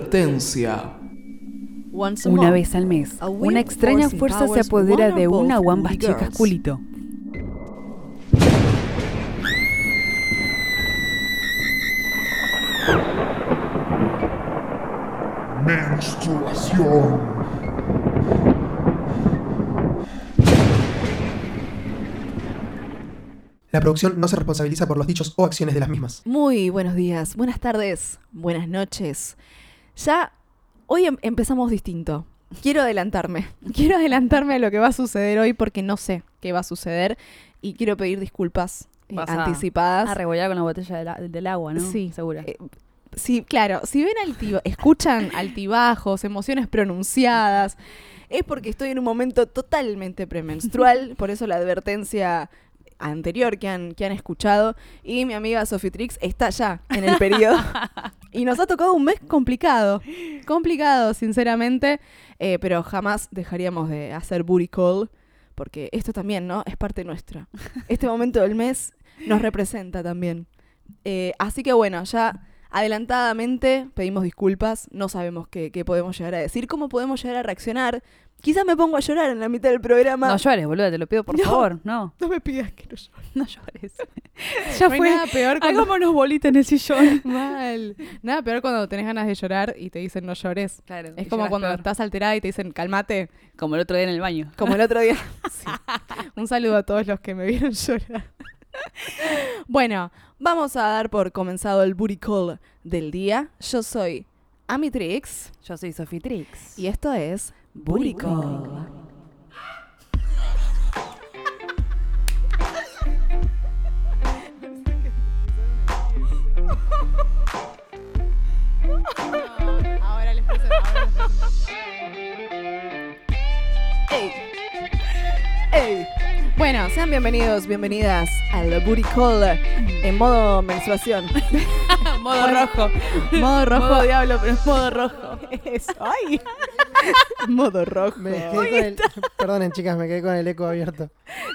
Advertencia. Una vez al mes, una extraña fuerza se apodera de una o ambas chicas culito. Menstruación. La producción no se responsabiliza por los dichos o acciones de las mismas. Muy buenos días, buenas tardes, buenas noches. Ya hoy em- empezamos distinto. Quiero adelantarme. Quiero adelantarme a lo que va a suceder hoy porque no sé qué va a suceder y quiero pedir disculpas eh, Vas a- anticipadas. A rebollar con la botella del a- del agua, ¿no? Sí. Segura. Eh, Sí, claro, si ven altiba, escuchan altibajos, emociones pronunciadas, es porque estoy en un momento totalmente premenstrual, por eso la advertencia anterior que han, que han escuchado, y mi amiga Sofitrix está ya en el periodo. y nos ha tocado un mes complicado, complicado, sinceramente, eh, pero jamás dejaríamos de hacer booty call, porque esto también, ¿no? Es parte nuestra. Este momento del mes nos representa también. Eh, así que bueno, ya adelantadamente pedimos disculpas, no sabemos qué, qué podemos llegar a decir, cómo podemos llegar a reaccionar. Quizás me pongo a llorar en la mitad del programa. No llores, boludo, te lo pido por No. favor. No, No me pidas que no llore. no llores. ya No hay fue. nada peor cuando... Hagámonos bolita en el sillón. Mal. Nada peor cuando tenés ganas de llorar y te dicen no llores. Claro. Es como cuando estás alterada y te dicen calmate, Como el otro día en el baño. como el otro día. Sí. Un saludo a todos los que me vieron llorar. Bueno, vamos a dar por comenzado el booty call del día. Yo soy Amitrix Yo soy Sofitrix. y esto es Booty Call. Ahora les puse. Ey. Oh. Ey. Bueno, sean bienvenidos, bienvenidas al Booty Call en modo menstruación. modo rojo. Modo rojo. Modo diablo, pero es modo rojo. Eso. Ay. modo rojo. Me quedé con el- Perdonen, chicas, me quedé con el eco abierto.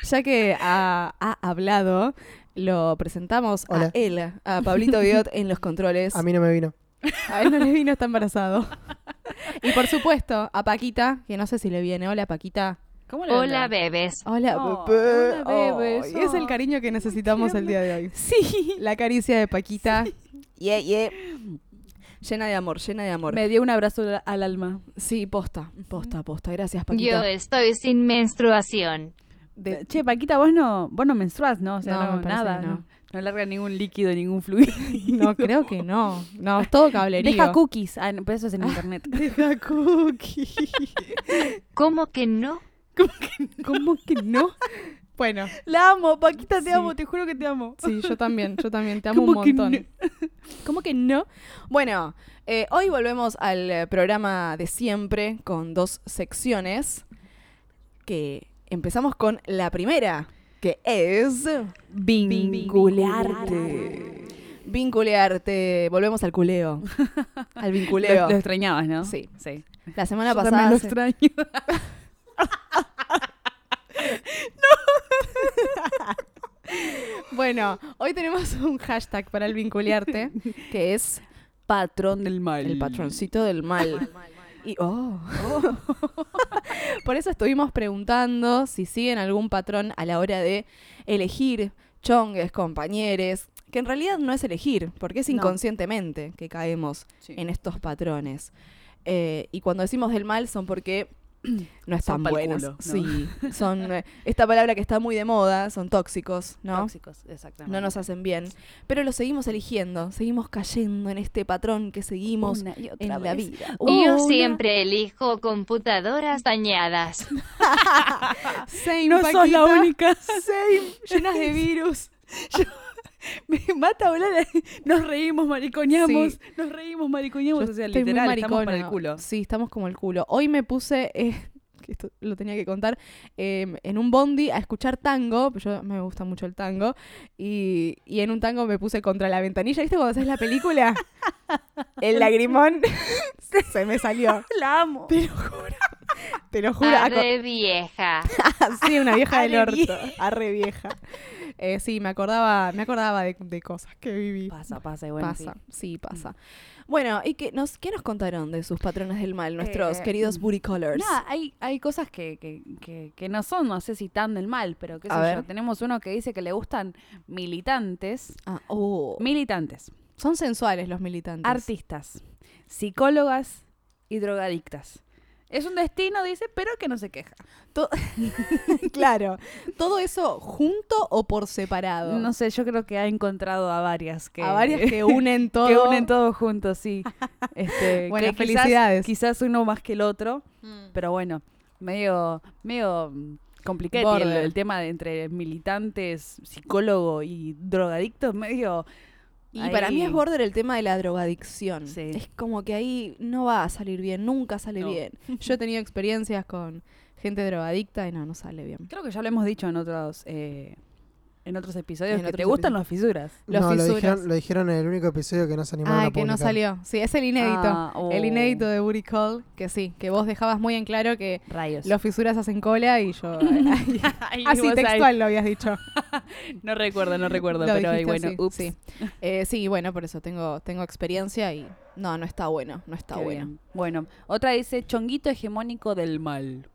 Ya que ha, ha hablado, lo presentamos Hola. a él, a Pablito Biot en los controles. A mí no me vino. A él no le vino, está embarazado. Y por supuesto, a Paquita, que no sé si le viene. Hola, Paquita. ¿Cómo le Hola, anda? bebés. Hola, Oh, bebé. hola, bebés. Ay, es el Ay, cariño que necesitamos el día de hoy. Sí. La caricia de Paquita. Yeah, yeah. Llena de amor, llena de amor. Me dio un abrazo al- al alma. Sí, posta, posta, posta. Gracias, Yo Paquita. estoy sin menstruación. De- che, Paquita, vos no, vos no menstruás, ¿no? O sea, No, no, me parece nada. que No. no. No larga ningún líquido, ningún fluido. No, creo que no. No, es todo cablerío. Deja cookies. Ah, no, pero eso es en internet. Deja cookie. ¿Cómo que no? ¿Cómo que no? Bueno, La amo, Paquita, te amo, te juro que te amo. sí, yo también, yo también, te amo un ¿Cómo que montón. no? ¿Cómo que no? Bueno, eh, hoy volvemos al eh, programa de siempre con dos secciones que empezamos con la primera, que es Vincularte. vinculearte. Volvemos al culeo. Al Lo, vinculeo. lo extrañabas, ¿no? Sí. sí. La semana Yo también pasada lo se- extraño. Bueno, hoy tenemos un hashtag para el vinculearte, que es Patrón del mal. el patroncito del mal. Y oh. Por eso estuvimos preguntando si siguen algún patrón a la hora de elegir chongues, compañeros, que en realidad no es elegir, porque es No. inconscientemente que caemos Sí. en estos patrones. Eh, y cuando decimos del mal son porque no están Son pa'l buenos. culo, ¿no? Sí, son eh, esta palabra que está muy de moda, son tóxicos, ¿no? Tóxicos, exactamente. no nos hacen bien, pero lo seguimos eligiendo, seguimos cayendo en este patrón que seguimos Una y otra en la vez. vida. Yo Una, siempre elijo computadoras dañadas. same, No sos la Paquita, única. same, llenas de virus. Me mata hablar. Nos reímos, mariconeamos. Sí. Nos reímos, mariconeamos. Yo o sea, estoy muy literal, estamos para maricona. el culo. Sí, estamos como el culo. Hoy me puse, eh, que esto lo tenía que contar, eh, en un bondi a escuchar tango, pues yo me gusta mucho el tango, y, y en un tango me puse contra la ventanilla, ¿viste cuando haces la película? El lagrimón se me salió. La amo. Te lo juro. Te lo juro. aco- Arre vieja. Sí, una vieja del Arre orto. Arre vieja. Eh, sí, me acordaba, me acordaba de, de cosas que viví. Pasa, pasa, igual. Pasa, Mm. sí, pasa. Bueno, ¿y qué nos, qué nos contaron de sus patrones del mal, nuestros Eh, queridos booty callers? Nada, hay, hay cosas que, que, que, que no son, no sé si tan del mal, pero qué sé A yo. ver. Tenemos uno que dice que le gustan militantes. Ah, oh. Militantes, Son sensuales los militantes. artistas, psicólogas y drogadictas. Es un destino, dice, pero que no se queja. claro. ¿Todo eso junto o por separado? No sé, yo creo que ha encontrado a varias que... A varias que unen todo. que unen todos juntos, sí. Este, Bueno, que quizás- felicidades. Quizás uno más que el otro, Mm. pero bueno, medio, medio complicado Border. el, el tema de entre militantes, psicólogo y drogadictos, medio... Y ahí- para mí es border el tema de la drogadicción. Sí. Es como que ahí no va a salir bien, nunca sale No. bien. Yo he tenido experiencias con gente drogadicta y no, no sale bien. Creo que ya lo hemos dicho en otros, eh, en otros episodios, En que otros te gustan las fisuras. Los no, lo fisuras. dijeron, lo dijeron en el único episodio que no se animaron Ay, a que no publicar. salió. Sí, es el inédito. Ah, oh. El inédito de Booty Call, que sí, que vos dejabas muy en claro que Rayos. los fisuras hacen cola y yo... Ahí así vos ahí. textual lo habías dicho. No recuerdo, no recuerdo, Lo pero ahí, dijiste bueno, así, ups. sí. Eh, sí, bueno, por eso tengo, tengo experiencia y no, no está bueno, no está Qué bueno. bien. Bueno, otra dice chonguito hegemónico del mal.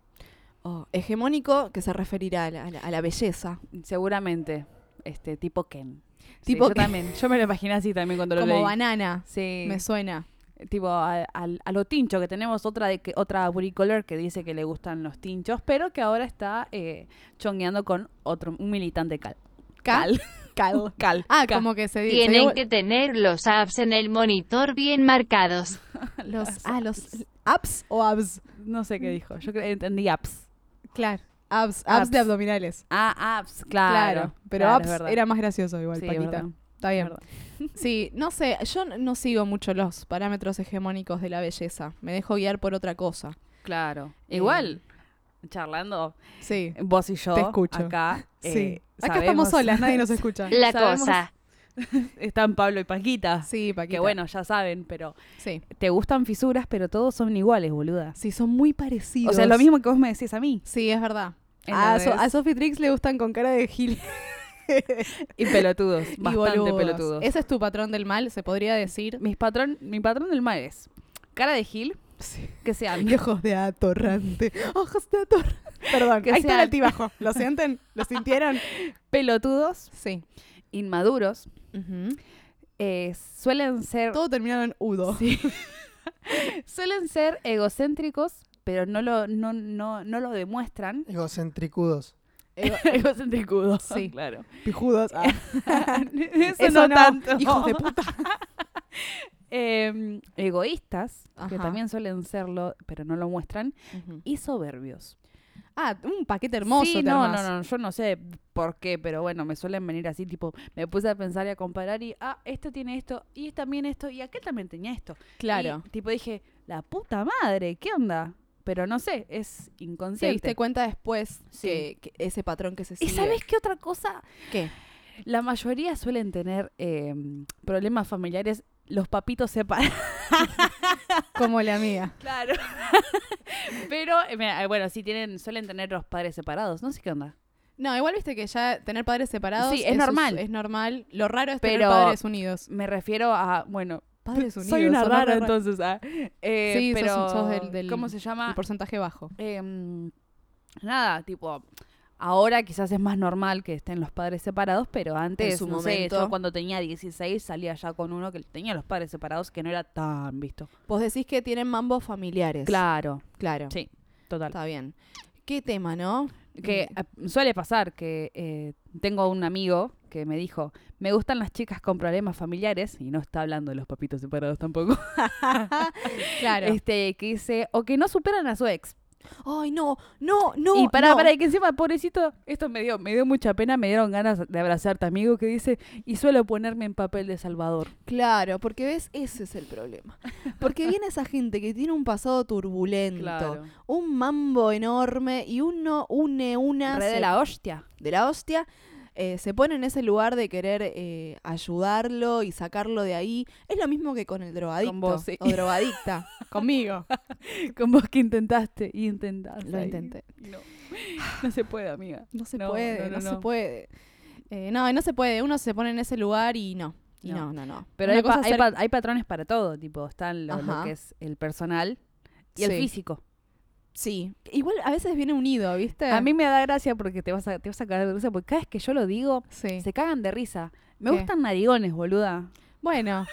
Oh, hegemónico que se referirá a la, a la- a la belleza. Seguramente, este tipo Ken. Tipo yo Ken. también. Yo me lo imaginé así también cuando lo Como leí. banana, Sí. me suena. Tipo a, al- a lo tincho que tenemos otra de que otra buricolor que dice que le gustan los tinchos, pero que ahora está eh, chongueando con otro un militante cal. Cal. Cal. Cal. Ah, Cal. como que se dice. Tienen que tener los apps en el monitor bien marcados. Los, ah, los abs o abs. no sé qué dijo. Yo cre- entendí apps. Claro, abs, abs, Abs. de abdominales. Ah, apps, Claro, claro. pero Claro, es abs verdad. era más gracioso igual, Sí, es Paquita. verdad, Está es bien. verdad. Sí, no sé, yo n- no sigo mucho los parámetros hegemónicos de la belleza. Me dejo guiar por otra cosa. Claro. Igual Eh, charlando Sí. vos y yo Te escucho. acá sí. eh, Acá estamos sabemos- solas, nadie nos escucha. La Sabemos- cosa. están Pablo y Paquita. Sí, Paquita. Que bueno, ya saben, pero Sí. te gustan fisuras, pero todos son iguales, boluda. Sí, son muy parecidos. O sea, lo mismo que vos me decís a mí. Sí, es verdad. A, ¿Entendés? So- a Sophie Trix le gustan con cara de gil Y pelotudos, y bastante boludos. pelotudos. Ese es tu patrón del mal, se podría decir. Mis patrón, mi patrón del mal es cara de Gil, que sea Y ojos de atorrante. Ojos de atorrante. Perdón, Que ahí está el sea- altibajo. ¿Lo sienten? ¿Lo sintieron? pelotudos, Sí. inmaduros, eh, suelen ser Todo terminado en udo. Sí. suelen ser egocéntricos, pero no lo no no no lo demuestran. Egocentricudos. Egocéntricudos. Sí. claro. Eh, Pijudos. ah. Eso, Eso no, no, tanto. hijos de puta. Eh, egoístas, que Ajá. también suelen serlo, pero no lo muestran, y soberbios. Ah, un paquete hermoso. Sí, te no, no, armás. no, yo no sé por qué, pero bueno, me suelen venir así, tipo, me puse a pensar y a comparar y, ah, este tiene esto, y este también esto, y aquel también tenía esto. Claro. Y, tipo, dije, la puta madre, ¿qué onda? Pero no sé, es Te diste inconsciente. cuenta después Sí. que, que ese patrón que se sigue. ¿Y sabes qué otra cosa? qué? La mayoría suelen tener eh, problemas familiares, los papitos separados. Como la mía. Claro. Pero, eh, mira, eh, bueno, sí tienen, suelen tener los padres separados, no sé qué onda. No, igual viste que ya tener padres separados Sí, es eso normal. Es normal. Lo raro es tener Pero- padres unidos. Me refiero a, bueno, Padres unidos. soy una son rara re- entonces. ah. Eh, Sí, sos- pero, sos del- del- ¿cómo se llama? El porcentaje bajo. Em, nada, tipo, ahora quizás es más normal que estén los padres separados, pero antes, En su no sé, momento. yo cuando tenía 16 salía ya con uno que tenía los padres separados, que no era tan visto. Vos decís que tienen mambos familiares. Claro, Claro. sí, total. Está bien. ¿Qué tema, no? que eh, suele pasar que eh, tengo un amigo que me dijo, me gustan las chicas con problemas familiares, y no está hablando de los papitos separados tampoco, Claro. este, que dice, o que no superan a su ex. Ay, no, no, no. y para, no. para, que encima, pobrecito, esto me dio, me dio mucha pena, me dieron ganas de abrazarte, amigo, que dice, y suelo ponerme en papel de Salvador. Claro, porque ves, ese es el problema. Porque viene esa gente que tiene un pasado turbulento, un mambo enorme y uno une una Re se- de la hostia. de la hostia. eh, se pone en ese lugar de querer eh, ayudarlo y sacarlo de ahí. Es lo mismo que con el drogadicto Con vos, sí. o drogadicta. Conmigo. Con vos que intentaste y intentaste. Lo ahí. intenté. Y No, no se puede, amiga. No se No, puede, no, no, no, se no. puede. Eh, no, no se puede. Uno se pone en ese lugar y no. Y no, no, No. no. Pero Una hay, pa- cosa es hay ser- pa- hay patrones para todo, tipo, están lo, lo Ajá. que es el personal y el Sí. físico. Eh. Sí. Igual a veces viene unido, ¿viste? A mí me da gracia porque te vas a, te vas a cagar de risa, porque cada vez que yo lo digo, Sí. se cagan de risa. Me ¿Qué? gustan narigones, boluda. Bueno.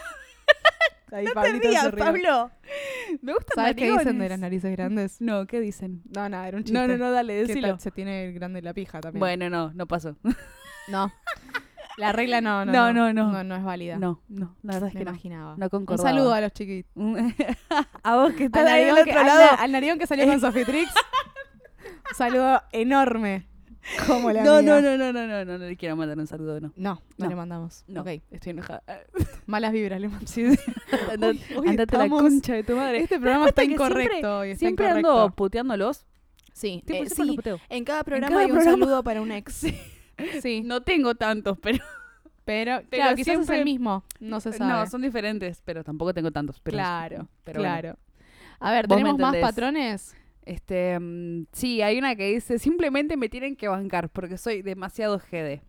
Ahí No te Pablito se rías, rió. Pablo. Me gustan ¿Sabes qué narigones. dicen de las narices grandes? No, ¿qué dicen? No, nada, era un chiste. No, no, no, dale, Que decilo. tal- se tiene grande la pija también. Bueno, no, no pasó. No. La regla no, no. No, no, no. no. No, no es válida. No, no, la verdad es Me que no. imaginaba. No Un concordaba. saludo a los chiquitos. a vos que Al estás ahí del narigón, otro que, al lado. na- al narigón que salió con Sofitrix. Un saludo enorme. Como la No, mía. no, no, no, no, no, no, no le quiero mandar un saludo, no. No, no No. le mandamos. No, Ok. estoy enojada. Malas vibras le mandamos. Anda- Hoy- hoy Andate a la estamos- concha de tu madre. Este ¿Te das programa cuenta está que incorrecto siempre- hoy. Está Siempre incorrecto. ando puteándolos. Sí, Siempre- eh, siempre los sí, puteo. En cada programa cada hay un programa. saludo para un ex. Sí. No tengo tantos, pero. pero, claro, pero quizás es siempre- el mismo. No se sabe. No, son diferentes, pero tampoco tengo tantos. Pero, claro, pero bueno. claro. A ver, Vos me ¿tenemos más entendés. patrones? Este, mm, sí, hay una que dice, simplemente me tienen que bancar porque soy demasiado GD.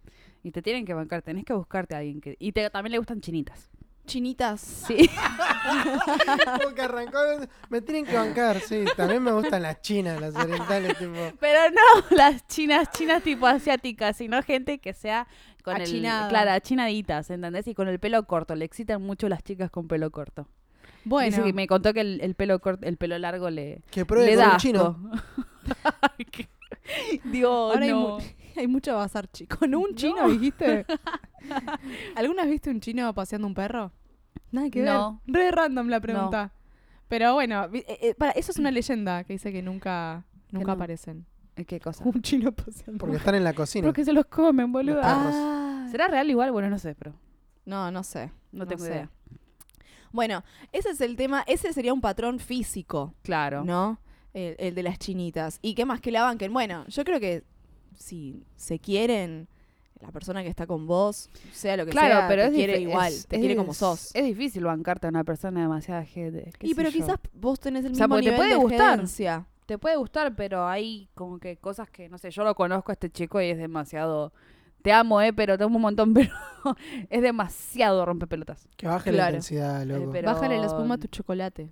Y te tienen que bancar, tenés que buscarte a alguien que... Y te- también le gustan chinitas. Chinitas. Sí. Como que arrancó, me tienen que bancar, sí. También me gustan las chinas, las orientales, tipo. Pero no las chinas, chinas tipo asiáticas, sino gente que sea con Achinada. el... Claro, achinaditas, ¿entendés? Y con el pelo corto. Le excitan mucho las chicas con pelo corto. Bueno, Dice que me contó que el, el pelo corto, el pelo largo le... Que le da pruebe con un asco. chino. Ay, qué- Dios, ahora hay mu- no. hay, mucho bazar chico. ¿Con un chino No. dijiste? ¿Alguna vez viste un chino paseando un perro? Nada que No. ver. Re random la pregunta. Pero bueno, vi- eh, eh, para, eso es una leyenda que dice que nunca, nunca no. aparecen. ¿Qué cosa? Un chino paseando. Porque están en la cocina. Porque se los comen, boludo. Los perros. Ah, ¿Será real igual? Bueno, no sé, pero no, no sé. no, No tengo sé. idea. Bueno, ese es el tema. Ese sería un patrón físico. Claro. ¿No? El, el de las chinitas. ¿Y qué más que la banquen? Bueno, yo creo que si se quieren, la persona que está con vos, sea lo que Claro, sea, pero te es quiere dife- igual, es- te quiere es- como sos. Es difícil bancarte a una persona demasiada gente. qué y sé pero yo. quizás vos tenés el O sea, mismo porque te nivel puede de gustar. gerencia. te puede gustar, pero hay como que cosas que no sé, yo lo conozco a este chico y es demasiado te amo, eh, pero te amo un montón, pero es demasiado rompepelotas. Que baje la Claro. intensidad, loco. pero- Bájale la espuma a tu chocolate.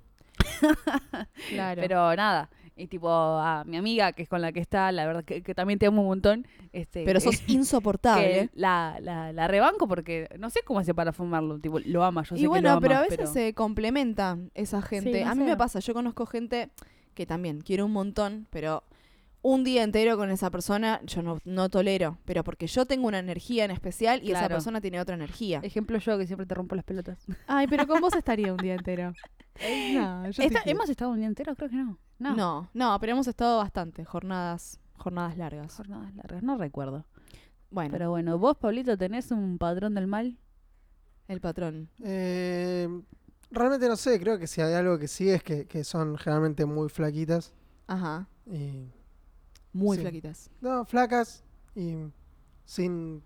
claro. Pero nada, y tipo a mi amiga que es con la que está, la verdad que, que también te amo un montón, este Pero sos que ¿eh? insoportable. la, la, la rebanco porque no sé cómo hace para fumarlo, tipo lo ama, yo sé y que lo bueno, ama, pero a veces se complementa esa gente. no a mí sé. me pasa, yo conozco gente que también quiero un montón, pero un día entero con esa persona yo no, no tolero. Pero porque yo tengo una energía en especial y esa Claro. persona tiene otra energía. Ejemplo yo que siempre te rompo las pelotas. Ay, pero con vos estaría un día entero. No, Está- ¿Hemos estado un día entero? Creo que no. Ah, No. no. no, pero hemos estado bastante, jornadas, jornadas largas. Jornadas largas, no recuerdo. Bueno, Pero bueno, vos, Pablito, tenés un patrón del mal. el patrón. Eh, realmente no sé, creo que si hay algo que sí es que, que son generalmente muy flaquitas. Ajá. Y, Muy Sí. flaquitas. no, flacas y sin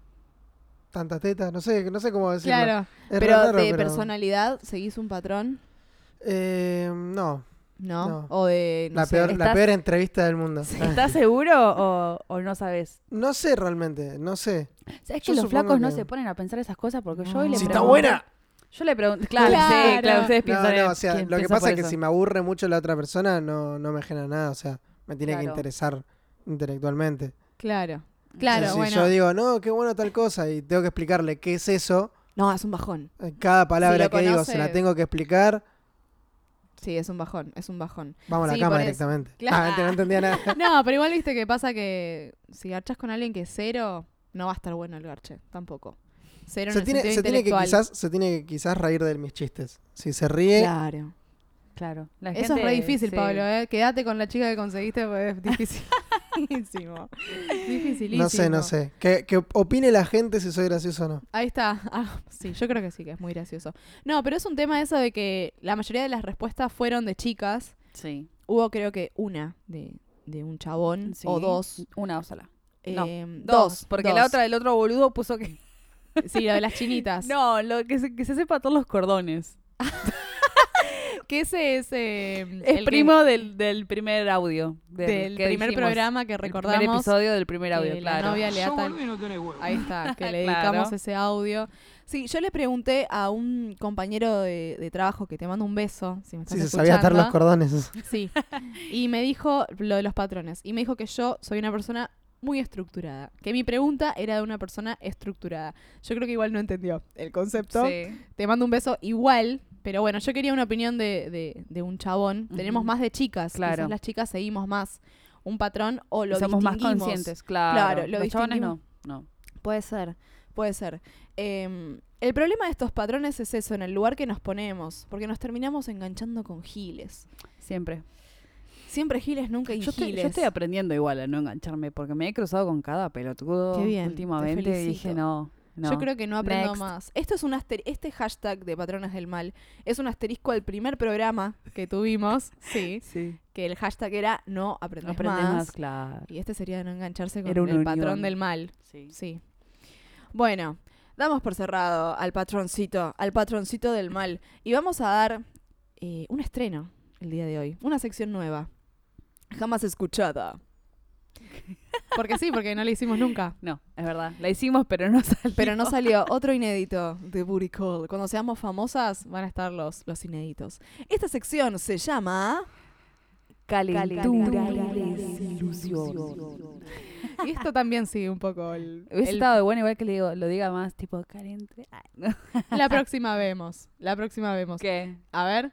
tantas tetas. No sé, no sé cómo decirlo. Es Pero raro, de pero- personalidad, ¿seguís un patrón? Eh, no, ¿No? No. O de. no la, sé, peor, la estás- peor entrevista del mundo. Ah. ¿Estás seguro o, o no sabes? No sé realmente, no sé. ¿Sabes que Yo los supongo flacos no que- se ponen a pensar esas cosas? Porque yo No. hoy le Si está pregunté- Yo le pregunté. Claro, Claro. sí, claro, ustedes No, piensan en no, o sea, quién lo que piensa pasa por es que eso. si me aburre mucho la otra persona, no, no me genera nada. O sea, me tiene que Claro. interesar intelectualmente. Claro. O sea, Claro, si bueno. yo digo, no, qué bueno tal cosa, y tengo que explicarle qué es eso, No, es un bajón. eh, cada palabra lo que digo se la conoce- tengo que explicar, Sí, es un bajón, es un bajón. vamos a Sí, la cama por eso. directamente. Claro. Ah, mentira, no entendía nada. No, pero igual viste que pasa que si garchas con alguien que es cero, no va a estar bueno el garche, tampoco. Cero en se el tiene, sentido se tiene que intelectual. quizás, eh, se tiene que quizás reír de mis chistes. Si se ríe, Claro. Claro. la Eso es gente, re difícil, sí. Pablo, ¿eh? Quédate con la chica que conseguiste porque es dificilísimo. Dificilísimo. no sé, no sé. Que, que opine la gente si soy gracioso o no. Ahí está. Ah, sí, yo creo que sí, que es muy gracioso. No, pero es un tema eso de que la mayoría de las respuestas fueron de chicas. Sí. Hubo creo que una de, de un chabón sí. o dos. Una sola. No, Eh, Dos. Porque la Mm. dos. otra del otro boludo puso que. Sí, lo de las chinitas. No, lo que se, que se sepa todos los cordones. que ese es. eh, el Es que- primo del, del primer audio. Del, del que primer dijimos, programa que El primer recordamos. episodio del primer audio, que la claro. novia le ata el- Ahí está, que le Claro. dedicamos ese audio. Sí, yo le pregunté a un compañero de, de trabajo que te mando un beso. Si me estás Sí, se sabía atar los escuchando. cordones. Sí. Y me dijo lo de los patrones. Y me dijo que yo soy una persona muy estructurada. Que mi pregunta era de una persona estructurada. Yo creo que igual no entendió el concepto. Sí. Te mando un beso igual. Pero bueno, yo quería una opinión de, de- de un chabón. Tenemos Ujú. más de chicas. Claro. Quizás las chicas seguimos más un patrón o lo Somos más distinguimos. conscientes, claro. Claro, lo Los chabones distinguimos. no. No. Puede ser, puede ser. Em, el problema de estos patrones es eso, en el lugar que nos ponemos. Porque nos terminamos enganchando con giles. Siempre. Siempre giles, nunca Yo estoy, ingiles. yo estoy aprendiendo igual a no engancharme porque me he cruzado con cada pelotudo Qué bien, te últimamente y dije felicito. no, no. Yo creo que no aprendo Next. más. Esto es un aster- este hashtag de Patrones del Mal es un asterisco al primer programa que tuvimos, sí, sí. que el hashtag era no aprendes, Aprendes más. más, claro. Y este sería no engancharse con Era una el patrón unión. del mal, Sí. sí. Bueno, damos por cerrado al patroncito, al patroncito del mal. Y vamos a dar eh, un estreno el día de hoy, una sección nueva, jamás escuchada. Porque sí, porque no la hicimos nunca. No, es verdad. La hicimos, pero no salió. Pero no salió otro inédito de Booty Call. Cuando seamos famosas van a estar los, los inéditos. Esta sección se llama... Calentura Calentura y y desilusión. Y esto también sigue un poco el... Hubiese el- estado bueno igual que le digo, lo diga más tipo calentura. Ay, no. la próxima vemos. La próxima vemos. ¿Qué? A ver.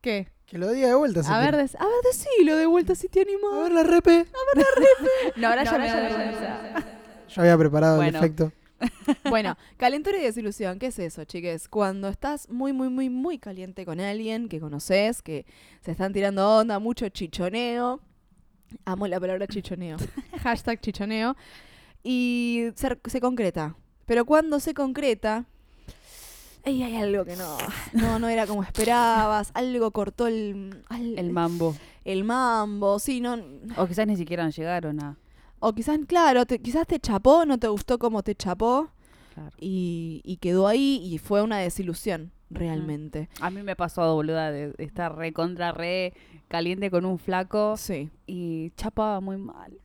¿Qué? Que lo diga de vuelta. si A ver, quiere. des- a ver, decilo de vuelta si te a animas. ver la repe. No, ahora ya me da vergüenza. Yo había preparado Bueno. el efecto. Bueno, calentura y desilusión, ¿qué es eso, chiques? Cuando estás muy, muy, muy, muy caliente con alguien que conoces, que se están tirando onda, mucho chichoneo. Amo la palabra chichoneo. Hashtag chichoneo. Y se, se concreta. Pero cuando se concreta, ahí hay algo que no, no, no era como esperabas. Algo cortó el, al- El mambo. el mambo. Sí, no, O quizás ni siquiera llegaron a. o quizás, claro, te- quizás te chapó, no te gustó cómo te chapó. Claro. Y, y quedó ahí y fue una desilusión, realmente. A mí me pasó, boluda, de de estar re contra re caliente con un flaco Sí. y chapaba muy mal.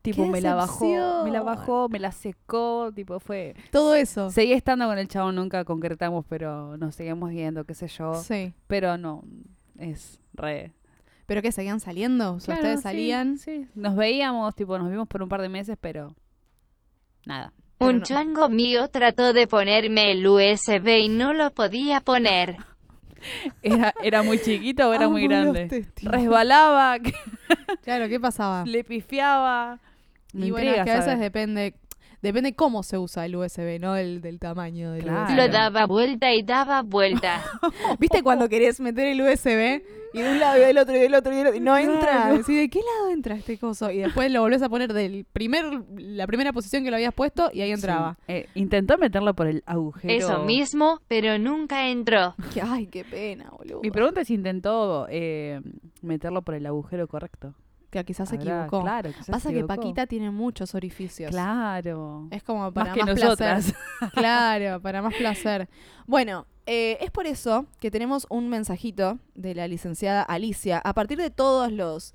¡Qué Tipo, me la bajó, me la decepción! bajó, me la secó, tipo, fue... Todo eso. Seguí estando con el chavo, nunca concretamos, pero nos seguimos viendo, qué sé yo. Sí. Pero no, es re... ¿Pero qué? ¿Seguían saliendo? O sea, Claro, ¿Ustedes sí, salían? sí. Nos veíamos, tipo, nos vimos por un par de meses, pero... Nada. Pero Un no. chongo mío trató de ponerme el USB y no lo podía poner. Era, era muy chiquito o era muy Amo los grande. testigos. Resbalaba, que Claro, ¿qué pasaba? le pifiaba. Me y bueno, intriga es que a veces saber. depende... Depende cómo se usa el USB, ¿no? El del tamaño del Claro. USB. Lo daba vuelta y daba vuelta. ¿Viste cuando querés meter el USB y de un lado y del otro y del otro y del otro y no entra? Claro. Decís, ¿de qué lado entra este coso? Y después lo volvés a poner del primer, la primera posición que lo habías puesto y ahí entraba. Sí. Eh, intentó meterlo por el agujero. Eso mismo, pero nunca entró. Que, ay, qué pena, boludo. Mi pregunta es si intentó eh, meterlo por el agujero correcto. que quizás se Habrá- equivocó. Claro, quizás se Pasa que equivocó. Paquita tiene muchos orificios. Claro. Es como para Más más, que nosotras. placer. Claro, para más placer. Bueno, eh, es por eso que tenemos un mensajito de la licenciada Alicia. A partir de todos los,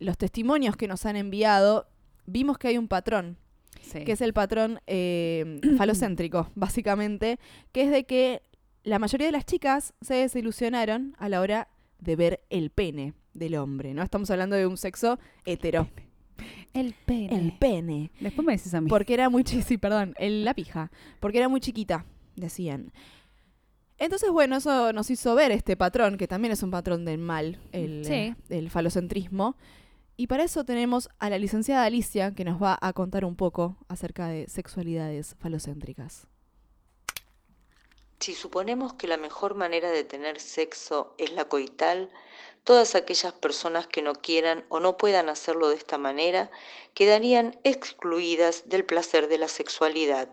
los testimonios que nos han enviado, vimos que hay un patrón Sí. que es el patrón eh, falocéntrico, básicamente, que es de que la mayoría de las chicas se desilusionaron a la hora de ver el pene del hombre, ¿no? Estamos hablando de un sexo hetero. el pene. El pene. Después me decís a mí. Porque era muy chi- sí, perdón, el- la pija. Porque era muy chiquita, decían. Entonces, bueno, eso nos hizo ver este patrón, que también es un patrón del mal, el, Sí. eh, el falocentrismo. Y para eso tenemos a la licenciada Alicia, que nos va a contar un poco acerca de sexualidades falocéntricas. Si suponemos que la mejor manera de tener sexo es la coital, todas aquellas personas que no quieran o no puedan hacerlo de esta manera quedarían excluidas del placer de la sexualidad.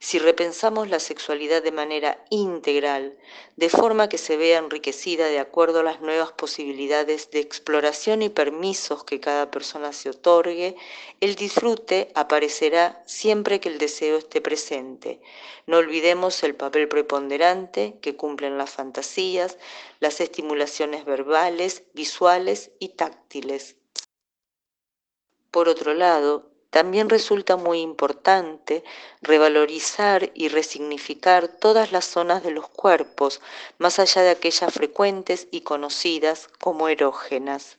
si repensamos la sexualidad de manera integral, de forma que se vea enriquecida de acuerdo a las nuevas posibilidades de exploración y permisos que cada persona se otorgue, el disfrute aparecerá siempre que el deseo esté presente. No olvidemos el papel preponderante que cumplen las fantasías, las estimulaciones verbales, visuales y táctiles. Por otro lado, también resulta muy importante revalorizar y resignificar todas las zonas de los cuerpos, más allá de aquellas frecuentes y conocidas como erógenas.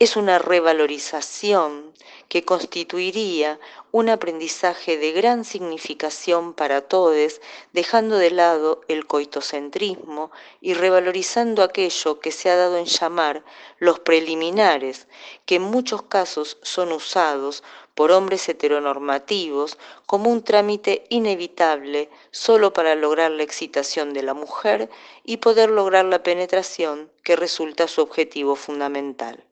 Es una revalorización que constituiría un aprendizaje de gran significación para todos, dejando de lado el coitocentrismo y revalorizando aquello que se ha dado en llamar los preliminares, que en muchos casos son usados por hombres heteronormativos como un trámite inevitable solo para lograr la excitación de la mujer y poder lograr la penetración que resulta su objetivo fundamental.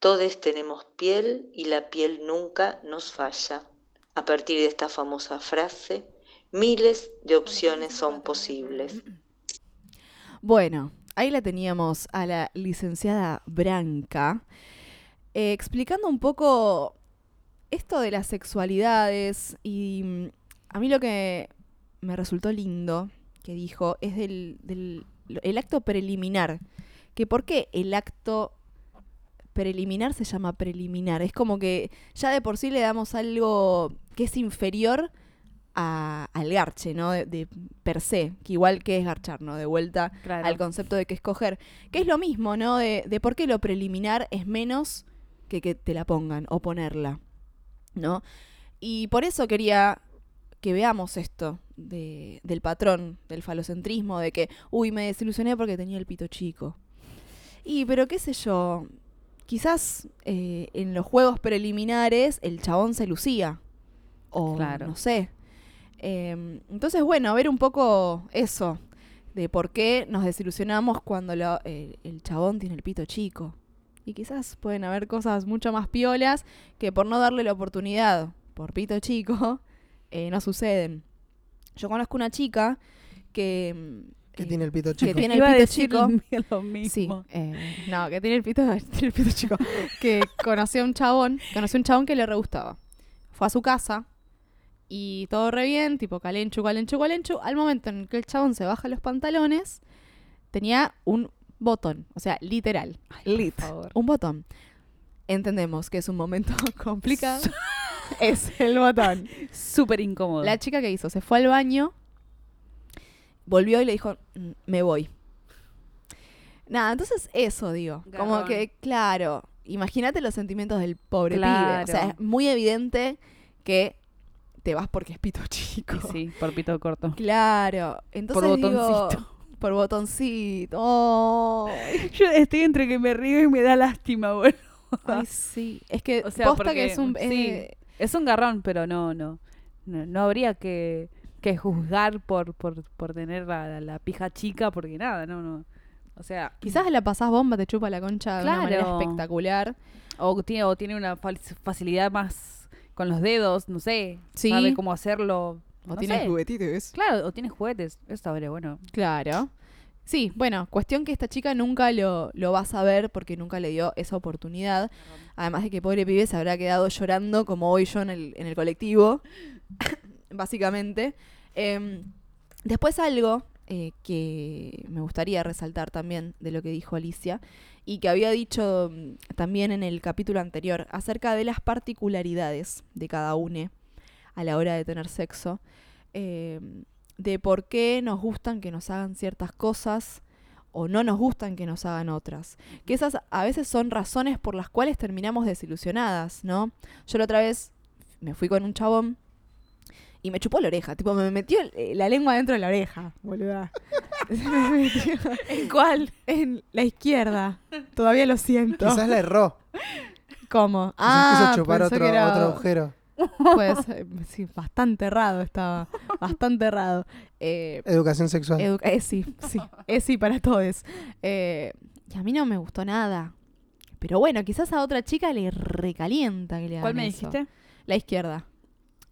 Todos tenemos piel y la piel nunca nos falla. A partir de esta famosa frase, miles de opciones son posibles. Bueno, ahí la teníamos a la licenciada Branca eh, explicando un poco esto de las sexualidades y mm, a mí lo que me resultó lindo que dijo es del, del- lo- el acto preliminar, que por qué el acto preliminar se llama preliminar, es como que ya de por sí le damos algo que es inferior a- al garche, ¿no? De, de per se, que igual que es garchar, ¿no? De vuelta Claro. al concepto de que escoger. Que es lo mismo, ¿no? De, de por qué lo preliminar es menos que que te la pongan o ponerla, ¿no? Y por eso quería que veamos esto de- del patrón, del falocentrismo, de que, uy, me desilusioné porque tenía el pito chico. Y, pero qué sé yo, quizás eh, en los juegos preliminares el chabón se lucía. O Claro. no sé. Eh, entonces, bueno, ver un poco eso, de por qué nos desilusionamos cuando lo- eh, el chabón tiene el pito chico. Y quizás pueden haber cosas mucho más piolas que por no darle la oportunidad, por pito chico, eh, no suceden. Yo conozco una chica que... mm, Que eh, tiene el pito chico. tiene- el Iba a pito decir chico. Lo Sí, mismo. eh, no, que tiene el pito, tiene el pito chico. Que conoció a un chabón, conoció a un chabón que le re gustaba. Fue a su casa y todo re bien, tipo calenchu, calenchu, calenchu. Al momento en que el chabón se baja los pantalones, tenía un botón, o sea, literal. lit. favor. Un botón. Entendemos que es un momento complicado. es el botón. Súper incómodo. La chica que hizo, se fue al baño, volvió y le dijo, "Mm, me voy. Nada, entonces eso digo. Como Garrón. que, claro, imagínate los sentimientos del pobre pibe. O sea, Claro. es muy evidente que te vas porque es pito chico. Y sí, por pito corto. Claro. Entonces digo, botoncito. por botoncito. Oh. Yo estoy entre que me río y me da lástima, boludo. Ay, sí. Es que O sea, posta porque- que es un... eh, es- sí. Es un garrón, pero no, no. No, no habría que, que juzgar por, por, por tener la, la- la pija chica, porque nada, no, no. O sea, Quizás la pasás bomba, te chupa la concha de una manera Claro. espectacular. o tiene, o tiene una fal- facilidad más con los dedos, no sé. Sí. Sabe cómo hacerlo. O no tienes sé. juguetitos. Claro, o tiene juguetes. Eso estaría bueno. Claro. Sí, bueno, cuestión que esta chica nunca lo, lo va a saber porque nunca le dio esa oportunidad. Además de que pobre pibe se habrá quedado llorando como hoy yo en el, en el colectivo, básicamente. Em, después algo eh, que me gustaría resaltar también de lo que dijo Alicia y que había dicho mm, también en el capítulo anterior acerca de las particularidades de cada une a la hora de tener sexo. Em, de por qué nos gustan que nos hagan ciertas cosas o no nos gustan que nos hagan otras. Que esas a veces son razones por las cuales terminamos desilusionadas, ¿no? Yo la otra vez me fui con un chabón y me chupó la oreja, tipo me metió el- eh, la lengua dentro de la oreja, boluda. ¿En cuál? En la izquierda. Todavía lo siento. Quizás la erró. ¿Cómo? Ah, quiso chupar pensó otro, que era- otro agujero. Pues, eh, sí, bastante errado estaba. Bastante errado. Eh, Educación sexual. Educa- eh, sí, sí, eh, sí para todos. Eh, y a mí no me gustó nada. Pero bueno, quizás a otra chica le recalienta que le hagan ¿Cuál me eso. dijiste? La izquierda.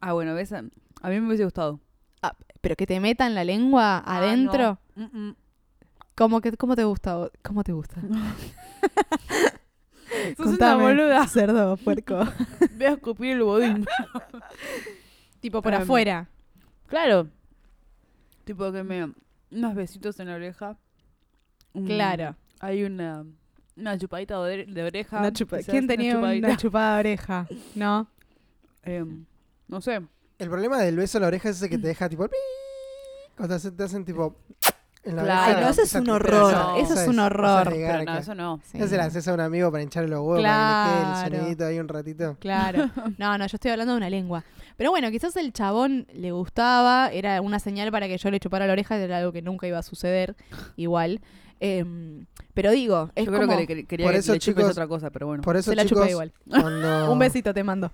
Ah, bueno, ves. A A mí me hubiese gustado. Ah, pero que te metan la lengua adentro. Ah, no. Mm, mm. ¿Cómo, que, ¿Cómo te gusta? vos? ¿Cómo te gusta? Sos una boluda. cerdo, puerco. Ve a escupir el bodín. tipo por Tremendo. afuera. claro. Tipo que me... Unos besitos en la oreja. Mm, Claro. Hay una... Una chupadita de ore- de oreja. Una chupa- quizás, ¿Quién tenía una chupada, chupadita. de oreja? ¿No? Em, no sé. El problema del beso en la oreja es ese que te deja tipo. "Pi", Cuando se- te hacen tipo. En la Claro. oreja, Ay, no, eso es esa un te- horror. esa- Eso esa es un horror. esa es Pero no, garca. eso no. Sí. Esa se la haces a un amigo para hincharle los huevos, para que le quede Claro. el sonidito ahí un ratito. Claro. No, no, yo estoy hablando de una lengua. Pero bueno, quizás el chabón le gustaba, era una señal para que yo le chupara la oreja, era algo que nunca iba a suceder, igual. Em, pero digo, es Yo como... creo que le que- quería Por que eso, le chupes chicos, otra cosa, pero bueno. Por eso, se la chicos, chupé igual. cuando- Un besito te mando.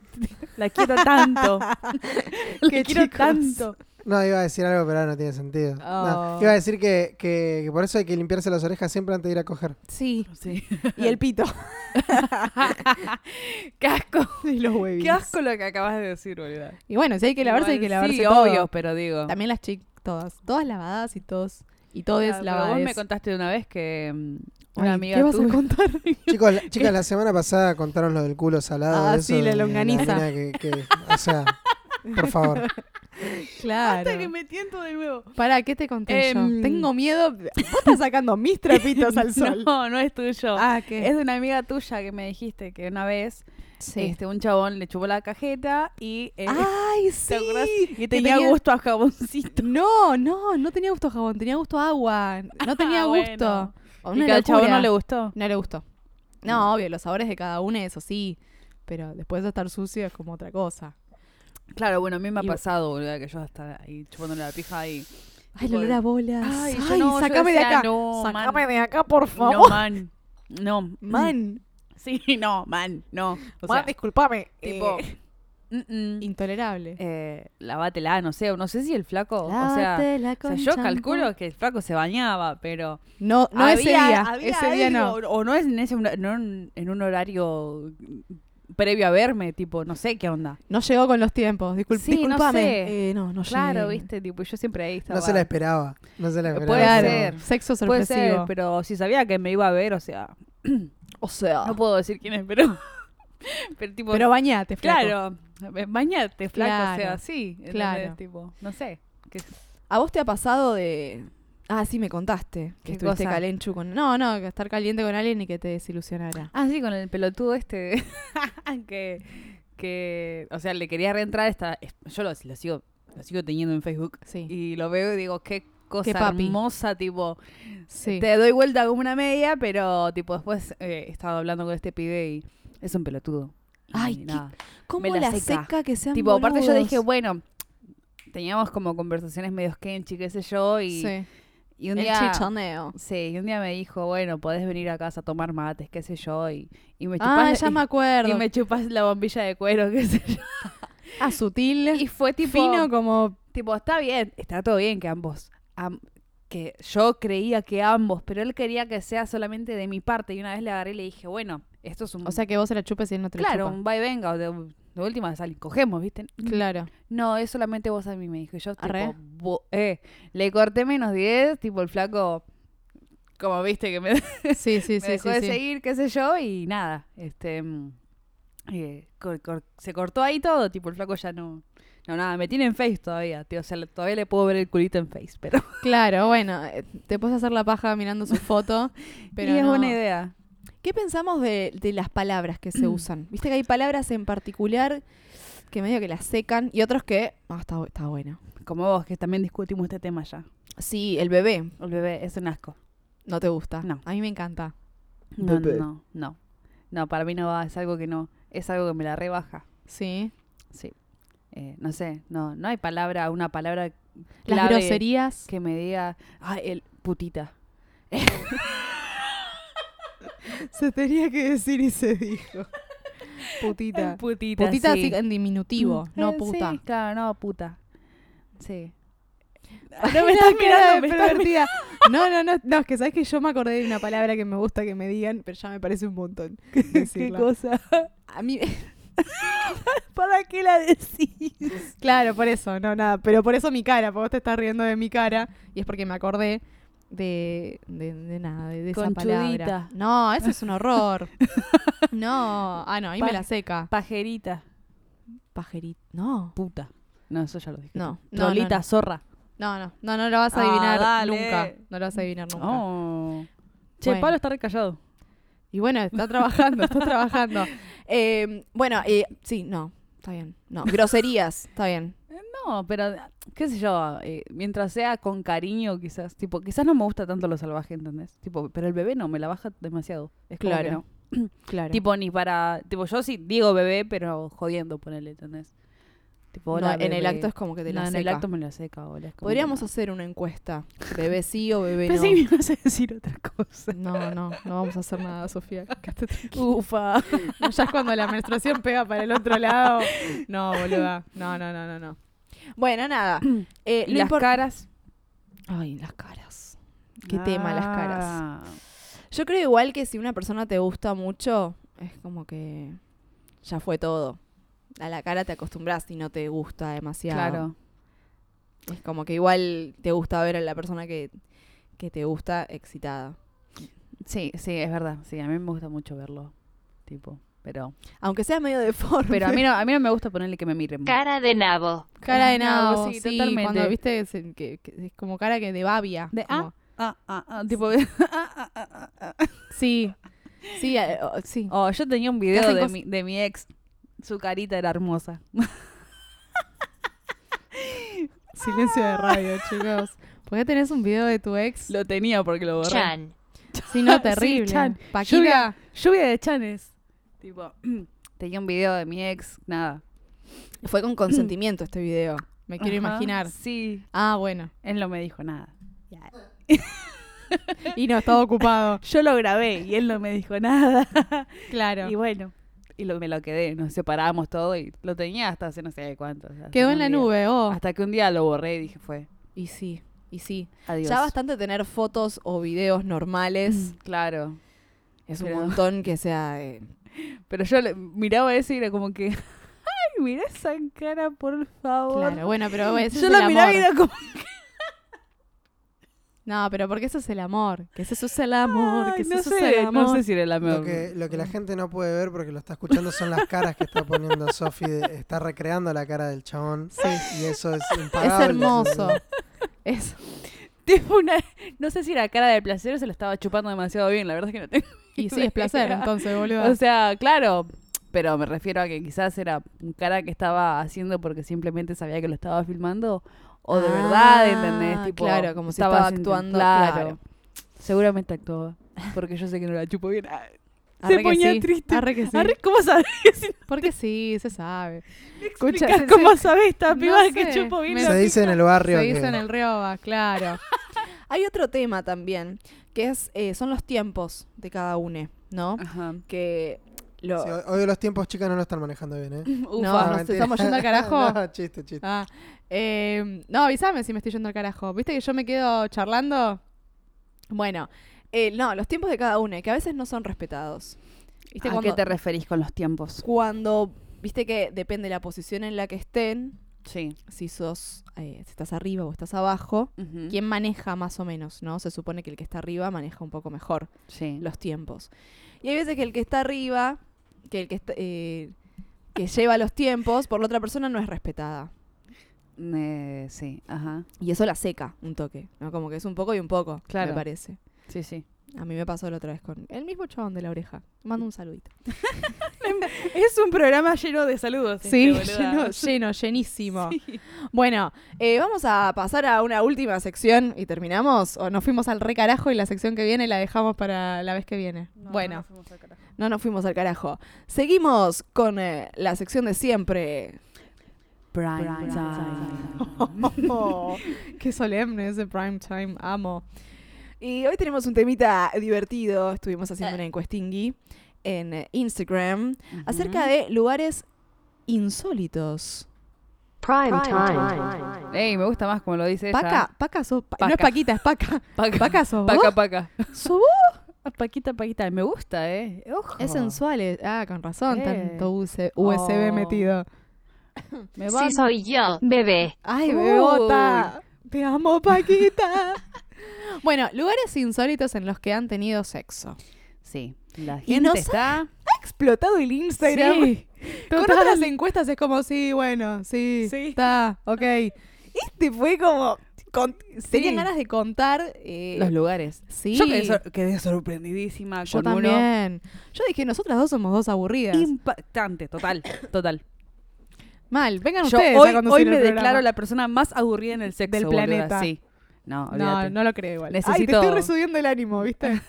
La quiero tanto. La Qué quiero chicos. tanto. No, iba a decir algo, pero ahora no tiene sentido. No, Oh. iba a decir que, que- que por eso hay que limpiarse las orejas siempre antes de ir a coger. Sí. Sí. Y el pito. Casco. y los huevitos. Qué asco lo que acabas de decir, boludo. Y bueno, si hay que lavarse, hay que lavarse Sí, todo. obvio, pero digo. También las chicas, todas. Todas lavadas y todos. Y todes Ah, pero lavadas. vos me contaste una vez que mm, una Ay, amiga ¿Qué vas tuya- a contar? Chicos, la- chicas, la semana pasada contaron lo del culo salado. Ah, eso sí, la de longaniza. mina que- que- o sea, por favor. claro. Hasta que me tiento de nuevo. Pará, ¿qué te conté Em. yo? Tengo miedo. Vos estás sacando mis trapitos al sol. No, no es tuyo. Ah, ¿qué? Es de una amiga tuya que me dijiste que una vez Sí. este un chabón le chupó la cajeta y eh, Ay, sí. ¿te acordás? que Y tenía, tenía- gusto a jaboncito. No, no, no tenía gusto a jabón, tenía gusto a agua. No tenía Ah, gusto. Y Una que al chabón locura. no le gustó. No le gustó. No, obvio, los sabores de cada uno, eso sí. Pero después de estar sucio es como otra cosa. Claro, bueno, a mí me ha Y- pasado, boludo, que yo hasta ahí chupándole la pija y Ay, el olor a bolas. Ay, Ay, yo no, yo sacame de decía, acá. no, sacame man. de acá, por no favor. man. No. man, Mm. Sí, no, man, no. O man, sea, disculpame. tipo Eh, mm, mm. intolerable. eh, lavatela, no sé, no sé si el flaco, o sea, Lávate la o sea, con yo champú. calculo que el flaco se bañaba, pero No, no ese había- día. había ese día no. algo, o no es en ese hora- no en en un horario previo a verme, tipo, no sé qué onda. No llegó con los tiempos. Discul Sí, no disculpame. sé. Eh, no, no Claro, llegué. viste, tipo, yo siempre ahí estaba. No se la esperaba. No se la Puede esperaba. Claro. ser. Sexo Puede sorpresivo. ser, pero si sabía que me iba a ver, o sea, o sea. no puedo decir quién es, pero pero tipo Ah. pero bañate, flaco. claro, eh, bañate, flaco, o sea, Claro, sí, ¿entendés? claro. tipo, no sé. qué sé- ¿A vos te ha pasado de. Ah, sí, me contaste. ¿Qué Que estuviste cosa? calenchu con. No, no, que estar caliente con alguien y que te desilusionara. Ah, sí, con el pelotudo este. que, que. O sea, le quería reentrar esta. es- Yo lo, lo sigo, lo sigo teniendo en Facebook. Sí. Y lo veo y digo, qué cosa papi. hermosa, tipo. Sí. Te doy vuelta como una media, pero tipo, después eh, estaba hablando con este pibe y. Es un pelotudo. Y Ay, qué nada. ¿Cómo me la la seca. seca, que sean Tipo, aparte yo dije, boludos? bueno. Teníamos como conversaciones medio sketchy, qué sé yo, y, Sí. y un El día. chichoneo. Sí, y un día me dijo, bueno, podés venir a casa a tomar mates, qué sé yo, y, y me Ah, chupás- ya y- me acuerdo. Y me chupas la bombilla de cuero, qué sé yo. Ah, sutil. Y fue tipo, fino como. tipo, está bien, está todo bien que ambos, am- que yo creía que ambos, pero él quería que sea solamente de mi parte. Y una vez le agarré y le dije, bueno, esto es un, O sea que vos se la chupes y él no te la claro, chupa. un va y venga, o de, de última sal, cogemos, ¿viste? Claro. No, es solamente vos a mí, me dijo. Y yo, tipo, Arre. bo- eh, le corté menos 10, tipo, el flaco, como viste que me... Sí, sí, sí. me dejó sí, de sí. seguir, qué sé yo, y nada, este mm, eh, cor- cor- se cortó ahí todo, tipo el flaco ya no, no nada, me tiene en Face todavía, tío, o sea, le- todavía le puedo ver el culito en Face, pero, Claro, bueno, eh, te puedes hacer la paja mirando su foto, pero y es no. buena idea. Mm. ¿Qué pensamos de, de las palabras que se usan? Viste que hay palabras en particular que medio que las secan y otros que... Ah, está, bu- está bueno. Como vos, que también discutimos este tema ya. Sí, el bebé El bebé es un asco. no te gusta. No. A mí me encanta. No, no, no, no. No, para mí no va, es algo que no, es algo que me la rebaja. Sí. Sí. Eh, no sé, no, no hay palabra, una palabra Las clave groserías. que me diga, ay, el putita. Se tenía que decir y se dijo. Putita. Putita, Putita sí. así en diminutivo, Mm, eh, no puta. Sí, claro, no puta. Sí. No me estás estás mirando, mirando, me estás No, no, no, no, es que sabes que yo me acordé de una palabra que me gusta que me digan, pero ya me parece un montón. decirla. cosa? A mí ¿Para qué la decís? Claro, por eso, no, nada. Pero por eso mi cara, porque vos te estás riendo de mi cara. Y es porque me acordé de, de, de nada, de, de esa palabra. Conchudita. No, eso es un horror. No, ah, no, ahí me Pa- la seca. Pajerita. Pajerito. No. Puta. No, eso ya lo dije. No, no, Trolita, zorra. No, no, no, no lo vas a Ah, adivinar dale. nunca. No lo vas a adivinar nunca. Oh. Che, Bueno. Pablo está recallado. Y bueno, está trabajando, está trabajando. Eh, bueno, eh, sí, no, está bien. No, groserías, está bien. No, pero qué sé yo, eh, mientras sea con cariño quizás, tipo, quizás no me gusta tanto lo salvaje, ¿entendés? Tipo, pero el bebé no, me la baja demasiado. Es como que Claro. no. Claro. Tipo, ni para. Tipo, yo sí digo bebé, pero jodiendo, ponele, ¿entendés? Tipo, No, hola, en el bebé. acto es como que te la No, en el seca. acto me la seca, hola. es como Podríamos que no. hacer una encuesta. Bebé sí o bebé no. Pensé que me ibas a decir otra cosa. No, no, no vamos a hacer nada, Sofía. quédate tranquila. Ufa. No, ya es cuando la menstruación pega para el otro lado. No, boluda. No, no, no, no, no. Bueno, nada. Eh, Y lo las impor- caras. Ay, las caras. Qué tema, las caras. Ah. Yo creo igual que si una persona te gusta mucho, es como que ya fue todo. A la cara te acostumbras y no te gusta demasiado. Claro. Es como que igual te gusta ver a la persona que, que te gusta excitada. Sí, sí, es verdad. Sí, a mí me gusta mucho verlo. Tipo, pero. Aunque sea medio deforme. Pero a mí no, a mí no me gusta ponerle que me miren. cara de nabo. Cara de No, nabo, sí, sí, totalmente. Cuando viste, se- que, que es como cara que de babia. De, como- Ah, ah, ah, tipo. Sí. Sí, eh, oh, sí. ah. Oh, yo tenía un Que video hacen de cosas- mi, de mi ex. Su carita era hermosa. Silencio de radio, chicos. ¿Por qué tenés un video de tu ex? Lo tenía porque lo borré. Chan. Si no, Sí, terrible. Chan. Paquita. Lluvia de chanes. Tipo, tenía un video de mi ex, nada. Fue con consentimiento este video. Me quiero Ajá, imaginar. Sí, Ah, bueno. él no me dijo nada. Y no, estaba ocupado. Yo lo grabé y él no me dijo nada. Claro. Y bueno, y lo- me lo quedé. Nos separamos todo y lo tenía hasta hace no sé cuánto. hasta Quedó un en la día. nube, oh. Hasta que un día lo borré y dije, fue, Y sí, y sí. adiós. Mm, Ya bastante tener fotos o videos normales. Claro. Es un Pero- montón que sea... eh, Pero yo le- miraba eso y era como que, ay, mira esa cara, por favor. Claro, bueno, pero eh, ese Yo es la el miraba amor. y era como, No, pero porque eso es el amor. Que eso es el amor. "Ay, Que eso no es el sé, amor. no sé si era la Lo mejor. que, lo que mm. la gente no puede ver porque lo está escuchando son las caras que está poniendo Sofi. de- Está recreando la cara del chabón. Y eso es Es impagable. hermoso. Es... Tipo una, no sé si era cara de placer o se la estaba chupando demasiado bien, la verdad es que no tengo. Y sí, es placer, entonces, boludo. O sea, claro, pero me refiero a que quizás era un cara que estaba haciendo porque simplemente sabía que lo estaba filmando o de Ah, verdad, ¿entendés? Tipo, claro, como si estabas estaba actuando, claro. Seguramente actuaba, porque yo sé que no la chupo bien. Ah, Arre se que ponía sí, triste. Arre que sí. Arre, ¿Cómo sabes? Porque sí, se sabe. Escucha, Escucha, se- ¿Cómo se- sabes esta no piba que sé, chupo bien? me- la Se dice en el barrio Se que hizo en el Rioba, claro. Hay otro tema también, que es eh, son los tiempos de cada une, ¿no? Ajá. Que lo... Sí, hoy los tiempos chicas no lo están manejando bien, ¿eh? No, Ufa. Ah, nos mentira. estamos yendo al carajo. no, chiste, chiste. Ah, eh, no, avísame si me estoy yendo al carajo. ¿Viste que yo me quedo charlando? Bueno, eh, no, los tiempos de cada une, que a veces no son respetados. ¿Viste? ¿A cuando, qué te referís con los tiempos? cuando, viste que depende de la posición en la que estén, Sí. si sos, eh, si estás arriba o estás abajo, Ujú. quién maneja más o menos, ¿no? Se supone que el que está arriba maneja un poco mejor Sí. los tiempos. Y hay veces que el que está arriba, que el que está- eh, que lleva los tiempos, por la otra persona no es respetada. Eh, sí, ajá. Y eso la seca un toque, ¿no? Como que es un poco y un poco, Claro. me parece. Sí, sí. A mí me pasó la otra vez con el mismo chabón de la oreja. Mando un saludito. Es un programa lleno de saludos. este, Sí, lleno, lleno, llenísimo. Bueno, eh, vamos a pasar a una última sección y terminamos. O nos fuimos al re carajo y la sección que viene la dejamos para la vez que viene. bueno. No nos fuimos al carajo. Seguimos con eh, la sección de siempre. Prime, Prime time. qué solemne ese prime time, amo. Y hoy tenemos un temita divertido. Estuvimos haciendo una encuestingui en eh, Instagram acerca de lugares insólitos. Prime time. Ey, me gusta más como lo dice ella. Paca, paca sos. pa- Paca. No es Paquita, es paca. Paca. Paca sos. Paca, vos? paca. ¿Sos vos? Paquita, Paquita. Me gusta, ¿eh? Ojo. Es sensual. es- Ah, con razón, Eh. tanto US- USB Oh. metido. Me va. Sí soy yo, bebé. ¡Ay, Uy. bebota! ¡Te amo, Paquita! bueno, lugares insólitos en los que han tenido sexo. Sí. La Y gente nos- está. Ha explotado el Instagram. Sí. Con Total. otras encuestas es como, sí, bueno, sí, Sí. está, ok. Este fue como... con- Tenían Sí. ganas de contar... eh, Los lugares. sí, Yo quedé, sor- quedé sorprendidísima yo con uno. también. Yo dije, nosotras dos somos dos aburridas. Impactante, total, total. Mal, vengan Yo ustedes hoy, a conducir hoy el me programa. declaro la persona más aburrida en el sexo Del boluda, planeta. Sí. No, No, olvídate. no lo creo igual. Ay, te Necesito- estoy resubiendo el ánimo, ¿viste?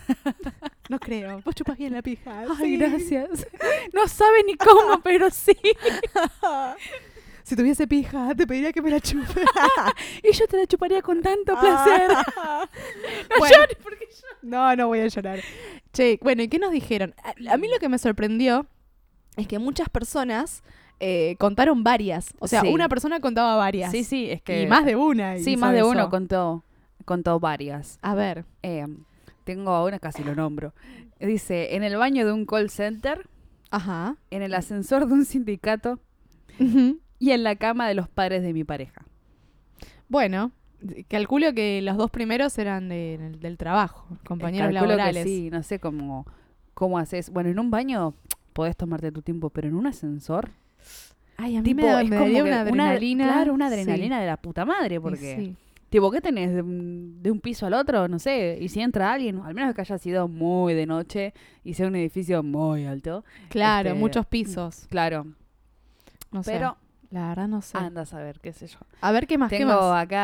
no creo. Vos chupas bien la pija. Ay, sí. gracias. No sabe ni cómo, pero sí. Ah. Si tuviese pija, te pediría que me la chupes. Y yo te la chuparía con tanto placer. Ah. No Bueno. llores, porque yo- No, no voy a llorar. Che, bueno, ¿y qué nos dijeron? A, a mí lo que me sorprendió es que muchas personas eh, contaron varias. O sea, Sí. una persona contaba varias. Sí, sí, es que. Y Eh, más de una. Sí, hizo más de eso. uno contó, contó varias. A ver. Eh, tengo ahora casi lo nombro. Dice: en el baño de un call center, Ajá. en el ascensor de un sindicato Ujú. y en la cama de los padres de mi pareja. Bueno, calculo que los dos primeros eran de- del- del trabajo, compañeros Calculo que laborales. sí, no sé cómo, cómo haces. Bueno, en un baño podés tomarte tu tiempo, pero en un ascensor. Ay, a mí Tipo, me, da- es me como daría que una adrenalina. claro, una Sí. adrenalina de la puta madre, Y porque. sí. Tipo, ¿qué tenés de un, de un piso al otro? No sé. Y si entra alguien, al menos que haya sido muy de noche y sea un edificio muy alto. Claro, Este, muchos pisos. Claro. No sé. Pero la verdad no sé. anda a ver, qué sé yo. A ver qué más, Ah, qué Tengo más. acá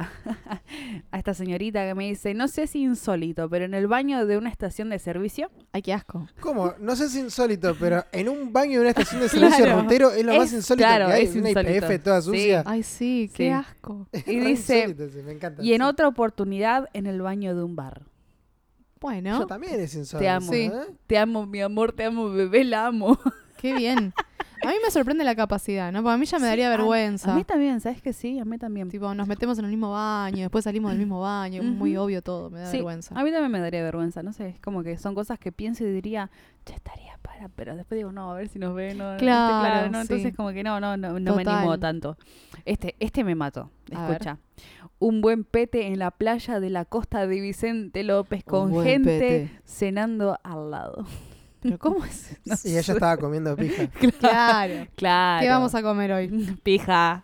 a, a esta señorita que me dice, no sé si insólito, pero en el baño de una estación de servicio Ay, qué asco. ¿Cómo? No sé si insólito, pero en este un baño de una estación de servicio Claro. rutero es lo más Es- insólito claro, que hay. es una insólito. IPF toda Sí. sucia. Ay, sí, Sí. qué asco. y Re dice, insólito ese, me encanta. y en Sí. otra oportunidad en el baño de un bar. Bueno, Yo también es insólito. Te amo. ¿eh? Te amo, mi amor, te amo, bebé, la amo. qué bien. A mí me sorprende la capacidad, ¿no? Porque a mí ya me Sí, daría a- vergüenza. A mí también, ¿sabes que sí? A mí también. tipo, nos metemos en el mismo baño, después salimos del mismo baño, Ujú. muy obvio todo, me da Sí, vergüenza. A mí también me daría vergüenza, no sé, es como que son cosas que pienso y diría, ya estaría para, pero después digo, no, a ver si nos ven. No, este, Claro, no, sí. Entonces como que no, no, no, no me Total. animo tanto. Este, este me mató, A ver. escucha. Un buen pete en la playa de la costa de Vicente López Un con buen gente pete. cenando al lado. Pero ¿cómo es? No Y ella sé. estaba comiendo pija. claro. Claro. ¿Qué vamos a comer hoy? Pija.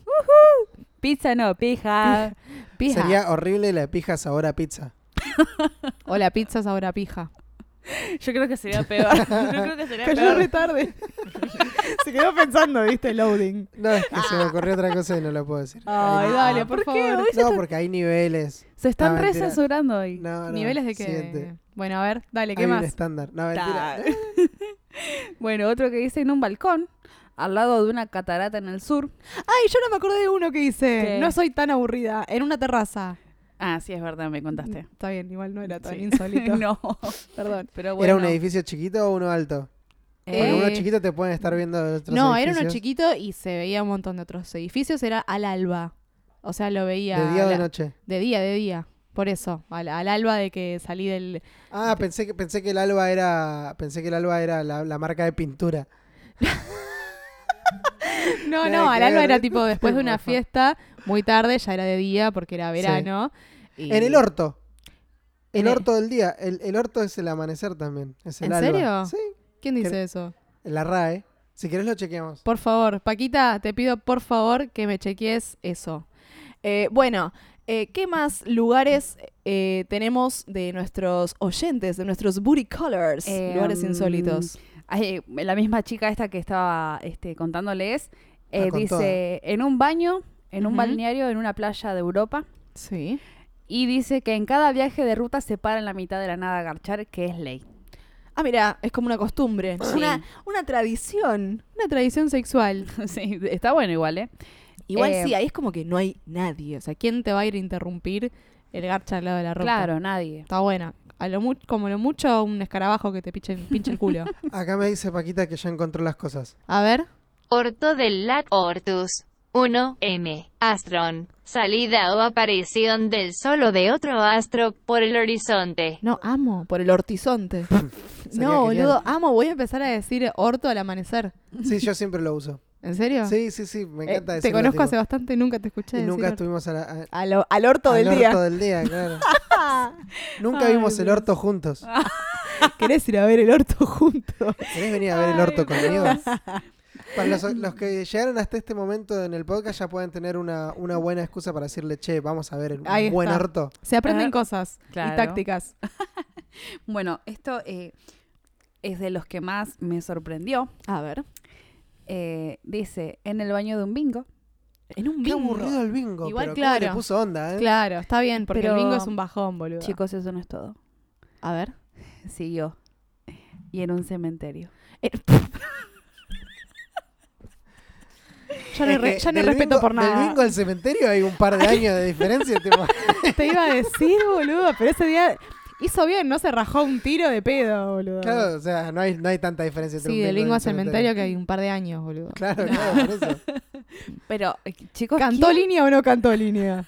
Ujú. Pizza no, pija. Pija. Sería horrible la pija sabor a pizza. O la pizza sabor a pija. Yo creo que sería peor. Yo creo que sería Cayó peor. re tarde. Se quedó pensando, ¿viste? Loading. No, es que se me ocurrió otra cosa y no la puedo decir. Ay, Hay- dale, por, ¿Por qué? favor. Hoy se, No, está- porque hay niveles. se están No, re mentira. censurando hoy. No, no, Niveles de que. siguiente. Bueno, a ver, dale, ¿qué Hay un más? estándar. No, mentira. ¿Eh? bueno, otro que dice en un balcón, al lado de una catarata en el sur. Ay, yo no me acordé de uno que hice. ¿Qué? No soy tan aburrida. En una terraza. Ah, sí, es verdad, me Mm, contaste. Está bien, igual no era tan Sí. insólito. no, Perdón. pero bueno. ¿Era un edificio chiquito o uno alto? Porque Eh, uno chiquito te pueden estar viendo de otros No, era uno edificios. chiquito y se veía un montón de otros edificios. Era al alba. O sea, lo veía. ¿De día o a de la- noche? De día, de día. Por eso, al, al alba de que salí del... Ah, pensé que, pensé que el alba era, pensé que el alba era la, la marca de pintura. No, Nada no, que al alba ver. era tipo después de una Por favor. fiesta, muy tarde, ya era de día porque era verano. y- En el orto. El En el- orto del día. El, el orto es el amanecer también. es el ¿En alba. serio? Sí, ¿Quién dice Cre- eso? en la RAE. Si querés lo chequeamos. Por favor, Paquita, te pido por favor que me chequees eso. Eh, bueno, eh, ¿qué más lugares eh, tenemos de nuestros oyentes, de nuestros booty callers? Em, lugares insólitos. ay, la misma chica esta que estaba este, contándoles eh, Ah, con dice, en un baño, en un Ujú. balneario, en una playa de Europa. Sí. Y dice que en cada viaje de ruta se para en la mitad de la nada a garchar, que es ley. Ah, mira, es como una costumbre, Sí. una, una tradición, una tradición sexual. sí, está bueno igual, ¿eh? Igual Eh, sí, ahí es como que no hay nadie. O sea, ¿quién te va a ir a interrumpir el garcha al lado de la ropa? Claro, nadie. Está buena. A lo mu- como lo mucho, un escarabajo que te pinche, pinche el culo. Acá me dice Paquita que ya encontró las cosas. A ver. Orto del lat hortus. 1. M. Astrón. Salida o aparición del sol o de otro astro por el horizonte. No, amo, por el hortizonte. Sería no, genial. boludo, amo. Voy a empezar a decir orto al amanecer. Sí, yo siempre lo uso. ¿En serio? Sí, sí, sí, me Eh, te encanta decirlo, conozco tipo, hace bastante y nunca te escuché Y decir nunca orto. estuvimos a la- a- Al, o- al orto del al día. orto del día, claro. nunca Ay, vimos el Dios. orto juntos. ¿Querés ir a ver el orto juntos? ¿Querés venir a ver el Ay, orto conmigo? Dios. Para los, los que llegaron hasta este momento en el podcast ya pueden tener una, una buena excusa para decirle, che, vamos a ver el Ahí un buen está. orto. Se aprenden Ah, cosas y claro. tácticas. Bueno, esto eh, es de los que más me sorprendió. A ver. Eh, dice, en el baño de un bingo. En un Qué bingo. aburrido el bingo. Igual, pero cómo claro. le puso onda, ¿eh? Claro, está bien, porque Pero- el bingo es un bajón, boludo. Chicos, eso no es todo. A ver. Siguió. Y en un cementerio. Ya no, hay Es re- que ya no hay del respeto bingo- por nada. Del bingo al cementerio hay un par de años de diferencia. tipo, Te iba a decir, boludo, pero ese día hizo bien, no se rajó un tiro de pedo, boludo. claro, o sea, no hay, no hay tanta diferencia entre sí, un del bingo y bingo un al cementerio que hay un par de años, boludo. Claro, claro, por eso. Pero, eh, chicos, ¿Cantó ¿quién- línea o no cantó línea?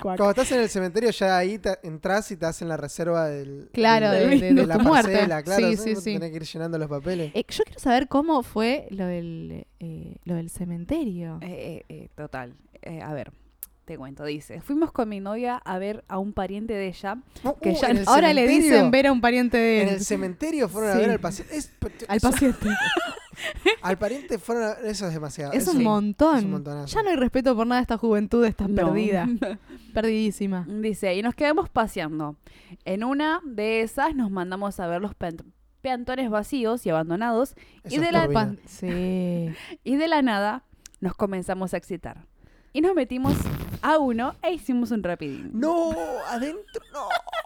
Cuac. Cuando estás en el cementerio, ya ahí te- entras y te hacen la reserva del, Claro, del- de- de- de la tu muerte. parcela, claro. Sí, ¿no? sí, sí. Tenés que ir llenando los papeles. Eh, yo quiero saber cómo fue lo del, eh, lo del cementerio. Eh, eh, eh, total. Eh, a ver, te cuento. Dice, fuimos con mi novia a ver a un pariente de ella. que Uh, ya- en el Ahora le cementerio- dicen ver a un pariente de él. En el cementerio fueron Sí. a ver al paciente. Es- al eso- paciente. al pariente fueron a ver. Eso es demasiado. es, eso un montón. es un montonazo. ya no hay respeto por nada. Esta juventud está No. perdida. Perdidísima. Dice, y nos quedamos paseando. En una de esas nos mandamos a ver los pe- peantones vacíos y abandonados. Eso y es de la turbina. Pan- sí. Y de la nada nos comenzamos a excitar. Y nos metimos a uno e hicimos un rapidín. No, adentro. No.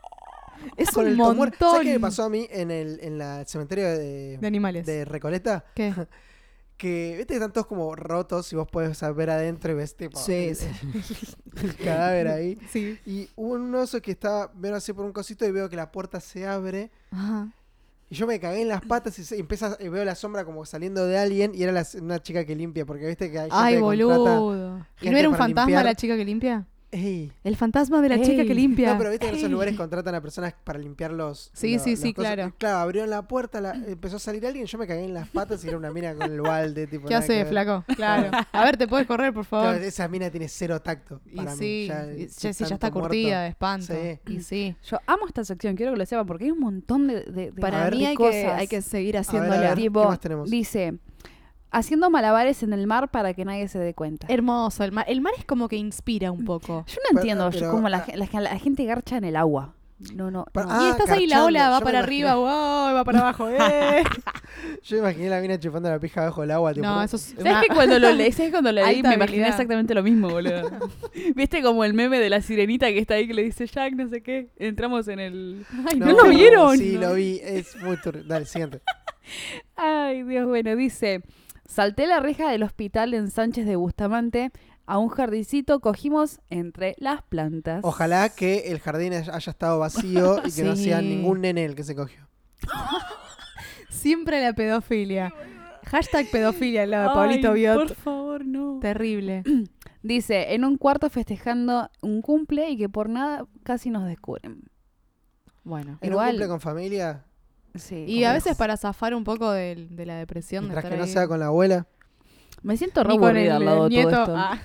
Es Con un el montón tumor. ¿Sabes qué me pasó a mí en el, en la- el cementerio de de, animales. de Recoleta? ¿Qué? Que viste que están todos como rotos y vos podés ver adentro y ves tipo Sí, el- sí. el cadáver ahí. Sí. Y hubo un oso que estaba, veo así por un cosito y veo que la puerta se abre. Ajá. Y yo me cagué en las patas y, se- y empieza, y veo la sombra como saliendo de alguien y era la- una chica que limpia, porque viste que hay gente Ay, que contrata- boludo. ¿Y no gente era un para fantasma limpiar. la chica que limpia? Ey. El fantasma de la chica Ey. que limpia. No, pero viste que en esos Ey. lugares contratan a personas para limpiar los. Sí, lo- sí, los sí, cosas. claro. Y claro, abrieron la puerta, la- empezó a salir alguien, yo me cagué en las patas y era una mina con el balde. Tipo, ¿Qué nada que hace, ver. flaco? Claro. A ver, ¿te puedes correr, por favor? Claro, esa mina tiene cero tacto. y Para sí, mí. Ya, y- el- ya, sí, ya tanto está muerto. curtida de espanto. Sí. Y sí. Yo amo esta sección, quiero que lo sepan, porque hay un montón de, de- de- A Para ver, mí de hay que, cosas. hay que seguir A ver, a haciéndola. ver. ¿qué Tipo, más tenemos? Dice, haciendo malabares en el mar para que nadie se dé cuenta. Hermoso, el mar. El mar es como que inspira un poco. Yo no Pero- entiendo yo pero- cómo la, ah. gen- la gen- la gente garcha en el agua. No, no. Pa- no. Ah, y estás ahí, la carchando, ola va yo me para arriba, imagino. wow, Oh, va para abajo. eh. Yo me imaginé la mina chupando la pija bajo el agua. Tipo, no, eso es. ¿Sabes una- que cuando lo leí, ¿sabes cuando lo leí Alta me imaginé habilidad. exactamente lo mismo, boludo? ¿Viste como el meme de la sirenita que está ahí que le dice Jack, no sé qué? Entramos en el. Ay, ¿No lo pero vieron? Sí, No. lo vi. Es muy turbio. Dale, siguiente. Ay, Dios, bueno, dice: Salté la reja del hospital en Sánchez de Bustamante a un jardincito, cogimos entre las plantas. Ojalá que el jardín haya haya estado vacío y que no Sí. sea ningún nene el que se cogió. Siempre la pedofilia. Hashtag pedofilia al lado de Ay, Pablito Por Biot. favor, no. Terrible. Dice: En un cuarto festejando un cumple y que por nada casi nos descubren. Bueno. En Igual. un cumple con familia, Sí. Y a veces para zafar un poco del- de, la depresión. De mientras estar que no ahí- sea con la abuela. Me siento re ni con aburrida el al lado de nieto. todo esto. Ah,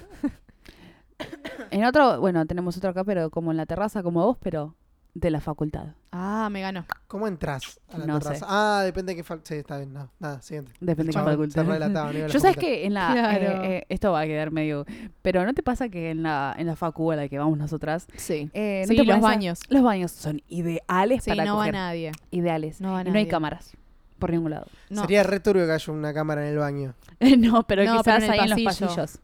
En otro, bueno, tenemos otro acá, pero como en la terraza, como vos, pero de la facultad. Ah, me ganó. ¿Cómo entras a la No sé. terraza? Ah, depende de qué facultad. Sí, está bien, no. Nada, siguiente. Depende de qué Chabón, facultad. se relataba, no iba a la Yo sabes facultad. que en la... Claro. eh, eh, esto va a quedar medio... Pero ¿no te pasa que en la, en la facu a la que vamos nosotras... Sí. eh, ¿no Sí, te los pones a- baños. Los baños son ideales Sí, para no va coger. nadie. Ideales. No va y no hay nadie. cámaras por ningún lado. No. Sería re turbio que haya una cámara en el baño. no, pero No, quizás pero en el ahí en los pasillo. pasillos.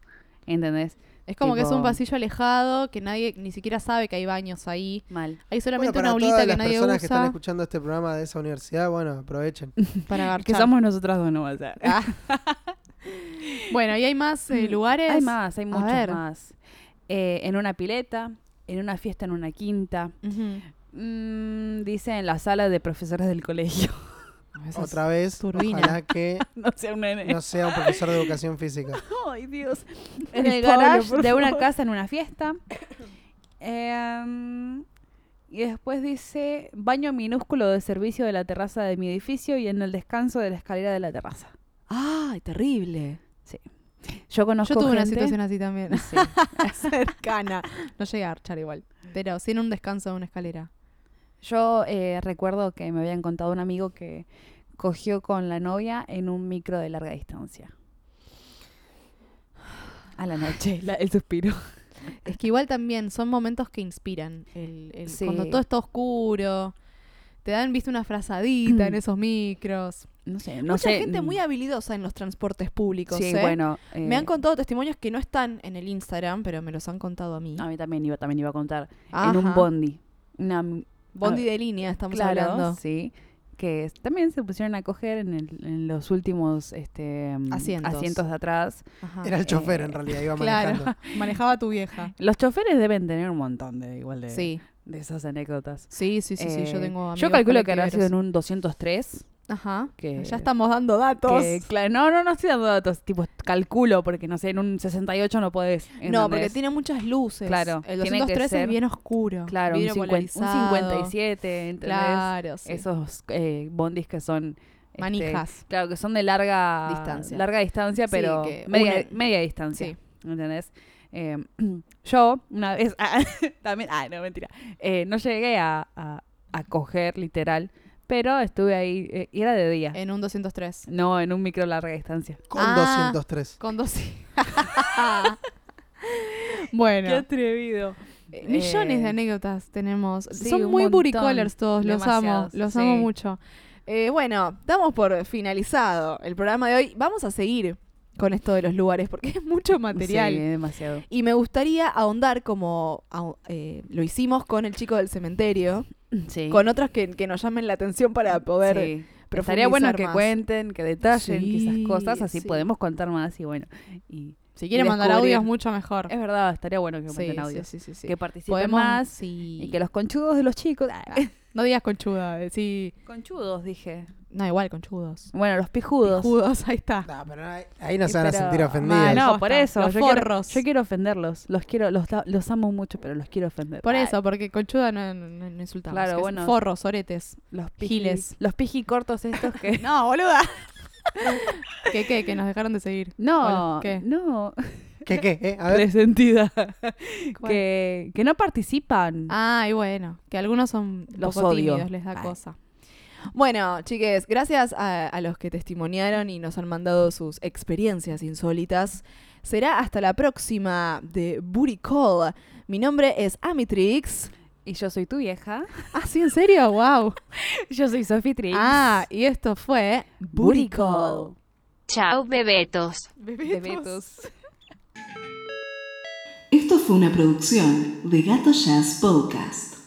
¿Entendés? Es como que es un tipo- pasillo alejado que nadie ni siquiera sabe que hay baños ahí. Mal. Hay Bueno, solamente para una todas aulita que las nadie personas que están usa escuchando este programa de esa universidad, bueno, aprovechen. para Que garchar. somos nosotras dos, no va a ser. Ah. bueno, y hay más eh, lugares. Hay más, hay muchos ver. más. Eh, en una pileta, en una fiesta, en una quinta. Ujú. Mm, dice en la sala de profesores del colegio. A veces- Otra vez, turbina. ojalá que No sea un nene. no sea un profesor de educación física. Ay, Dios. en el Pablo, garage por de una favor. casa en una fiesta. Em, y después dice baño minúsculo de servicio de la terraza de mi edificio y en el descanso de la escalera de la terraza. Ay, terrible. Yo conozco Yo tuve una gente- situación así también. Sí. Cercana. No llegué a archar igual. Pero sí en un descanso de una escalera. Yo eh, recuerdo que me habían contado un amigo que cogió con la novia en un micro de larga distancia. A la noche, la- el suspiro. Es que igual también son momentos que inspiran. El, el- Sí. Cuando todo está oscuro. Te dan, viste, una frazadita en esos micros. No sé, no Mucha sé. gente mm, muy habilidosa en los transportes públicos. Sí, ¿eh? bueno. Me eh, han contado testimonios que no están en el Instagram, pero me los han contado a mí. A mí también iba, también iba a contar. Ah, En Ajá. un bondi. Una, Bondi a de línea estamos hablando. Sí. Que es- también se pusieron a coger en, el- en los últimos este, mm, Asientos. de atrás. Ajá. Era el chofer Eh, en realidad, iba Claro, manejando. manejaba tu vieja. Los choferes deben tener un montón de igual de, Sí, de esas anécdotas. sí, sí, sí, sí, yo Eh, tengo amigos Yo calculo que habrá sido colectiveros. en un 203. Ajá, que- ya estamos dando datos. que, claro, no, no, no estoy dando datos. Tipo, calculo, porque no sé, en un 68 no podés. No, porque ¿entendés? tiene muchas luces. Claro, El tiene que 203 es ser- bien oscuro. Claro, un, vidrio 50 un polarizado. 57, ¿entendés? Claro, sí. Esos eh, bondis que son... este, Manijas. Claro, que son de larga Distancia. larga distancia, Sí, pero que media, unen. media distancia. Sí. ¿Entendés? Eh, yo, una vez, ah, también, ah, no, mentira. Eh, no llegué a, a- a coger, literal, pero estuve ahí, eh, y era de día. En un 203. No, en un micro larga distancia. Con Ah. 203. Con dos. bueno. atrevido. Eh, Millones de Eh, anécdotas tenemos. sí, Son un muy montón. buricolors todos, los amo, Demasiados, los sí. amo mucho. Eh, bueno, damos por finalizado el programa de hoy. Vamos a seguir con esto de los lugares porque es mucho material. Sí, demasiado. Y me gustaría ahondar como ah, eh, lo hicimos con el chico del cementerio, Sí. con otros que, que nos llamen la atención para poder... Sí. profundizar Estaría bueno que más. cuenten, que detallen Sí, quizás cosas, así sí. podemos contar más y bueno. Y Si quieren y mandar descubrir. audios, mucho mejor. es verdad, estaría bueno que Sí, manden sí, audios. sí, sí, sí. Que participen Podemos... más sí. y que los conchudos de los chicos. ah, No digas conchuda, eh, sí. conchudos, dije. No, igual, conchudos. Bueno, los pijudos. Pijudos, ahí está. Nah, pero ahí, ahí no se van a Pero- sentir Ah, ofendidas. no, Basta, por eso. los yo, quiero, forros. yo quiero ofenderlos. Los quiero, los, los amo mucho, pero los quiero ofender. Por Ah, eso, porque conchuda no, no, no insultamos. Claro, que es bueno. Forros, oretes. los giles. pijiles. Los pijicortos estos que. No, boluda. ¿Qué, qué? Que nos dejaron de seguir. No, Hola, ¿qué? no, ¿Qué, qué? eh? A ver. resentida. ¿Cuál? que, que no participan. Ay, bueno. Que algunos son un Los poco odio. tímidos, les da Ay. cosa. Bueno, chiques, gracias a, a los que testimoniaron y nos han mandado sus experiencias insólitas. Será hasta la próxima de Booty Call. Mi nombre es Amitrix. Y yo soy tu vieja. Ah, sí, en serio, wow. Yo soy Sophie Trix. Ah, y esto fue Booty Call. Chao, bebetos. Bebetos. Esto fue una producción de Gato Jazz Podcast.